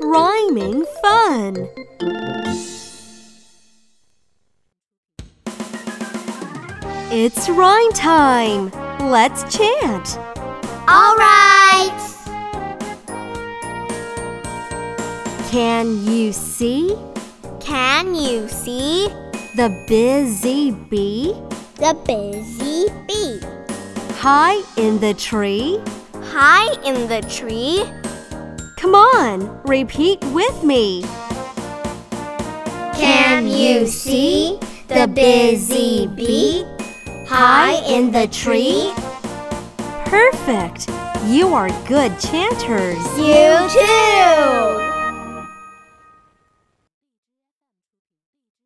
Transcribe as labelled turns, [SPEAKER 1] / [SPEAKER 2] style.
[SPEAKER 1] rhyming fun. It's rhyme time. Let's chant.
[SPEAKER 2] All right.
[SPEAKER 1] Can you see
[SPEAKER 2] Can you see
[SPEAKER 1] the busy bee
[SPEAKER 2] the busy bee?
[SPEAKER 1] high in the tree?
[SPEAKER 2] High in the tree.
[SPEAKER 1] Come on, repeat with me.
[SPEAKER 2] Can you see the busy bee
[SPEAKER 1] high in the tree? Perfect. You are good chanters.
[SPEAKER 2] You too.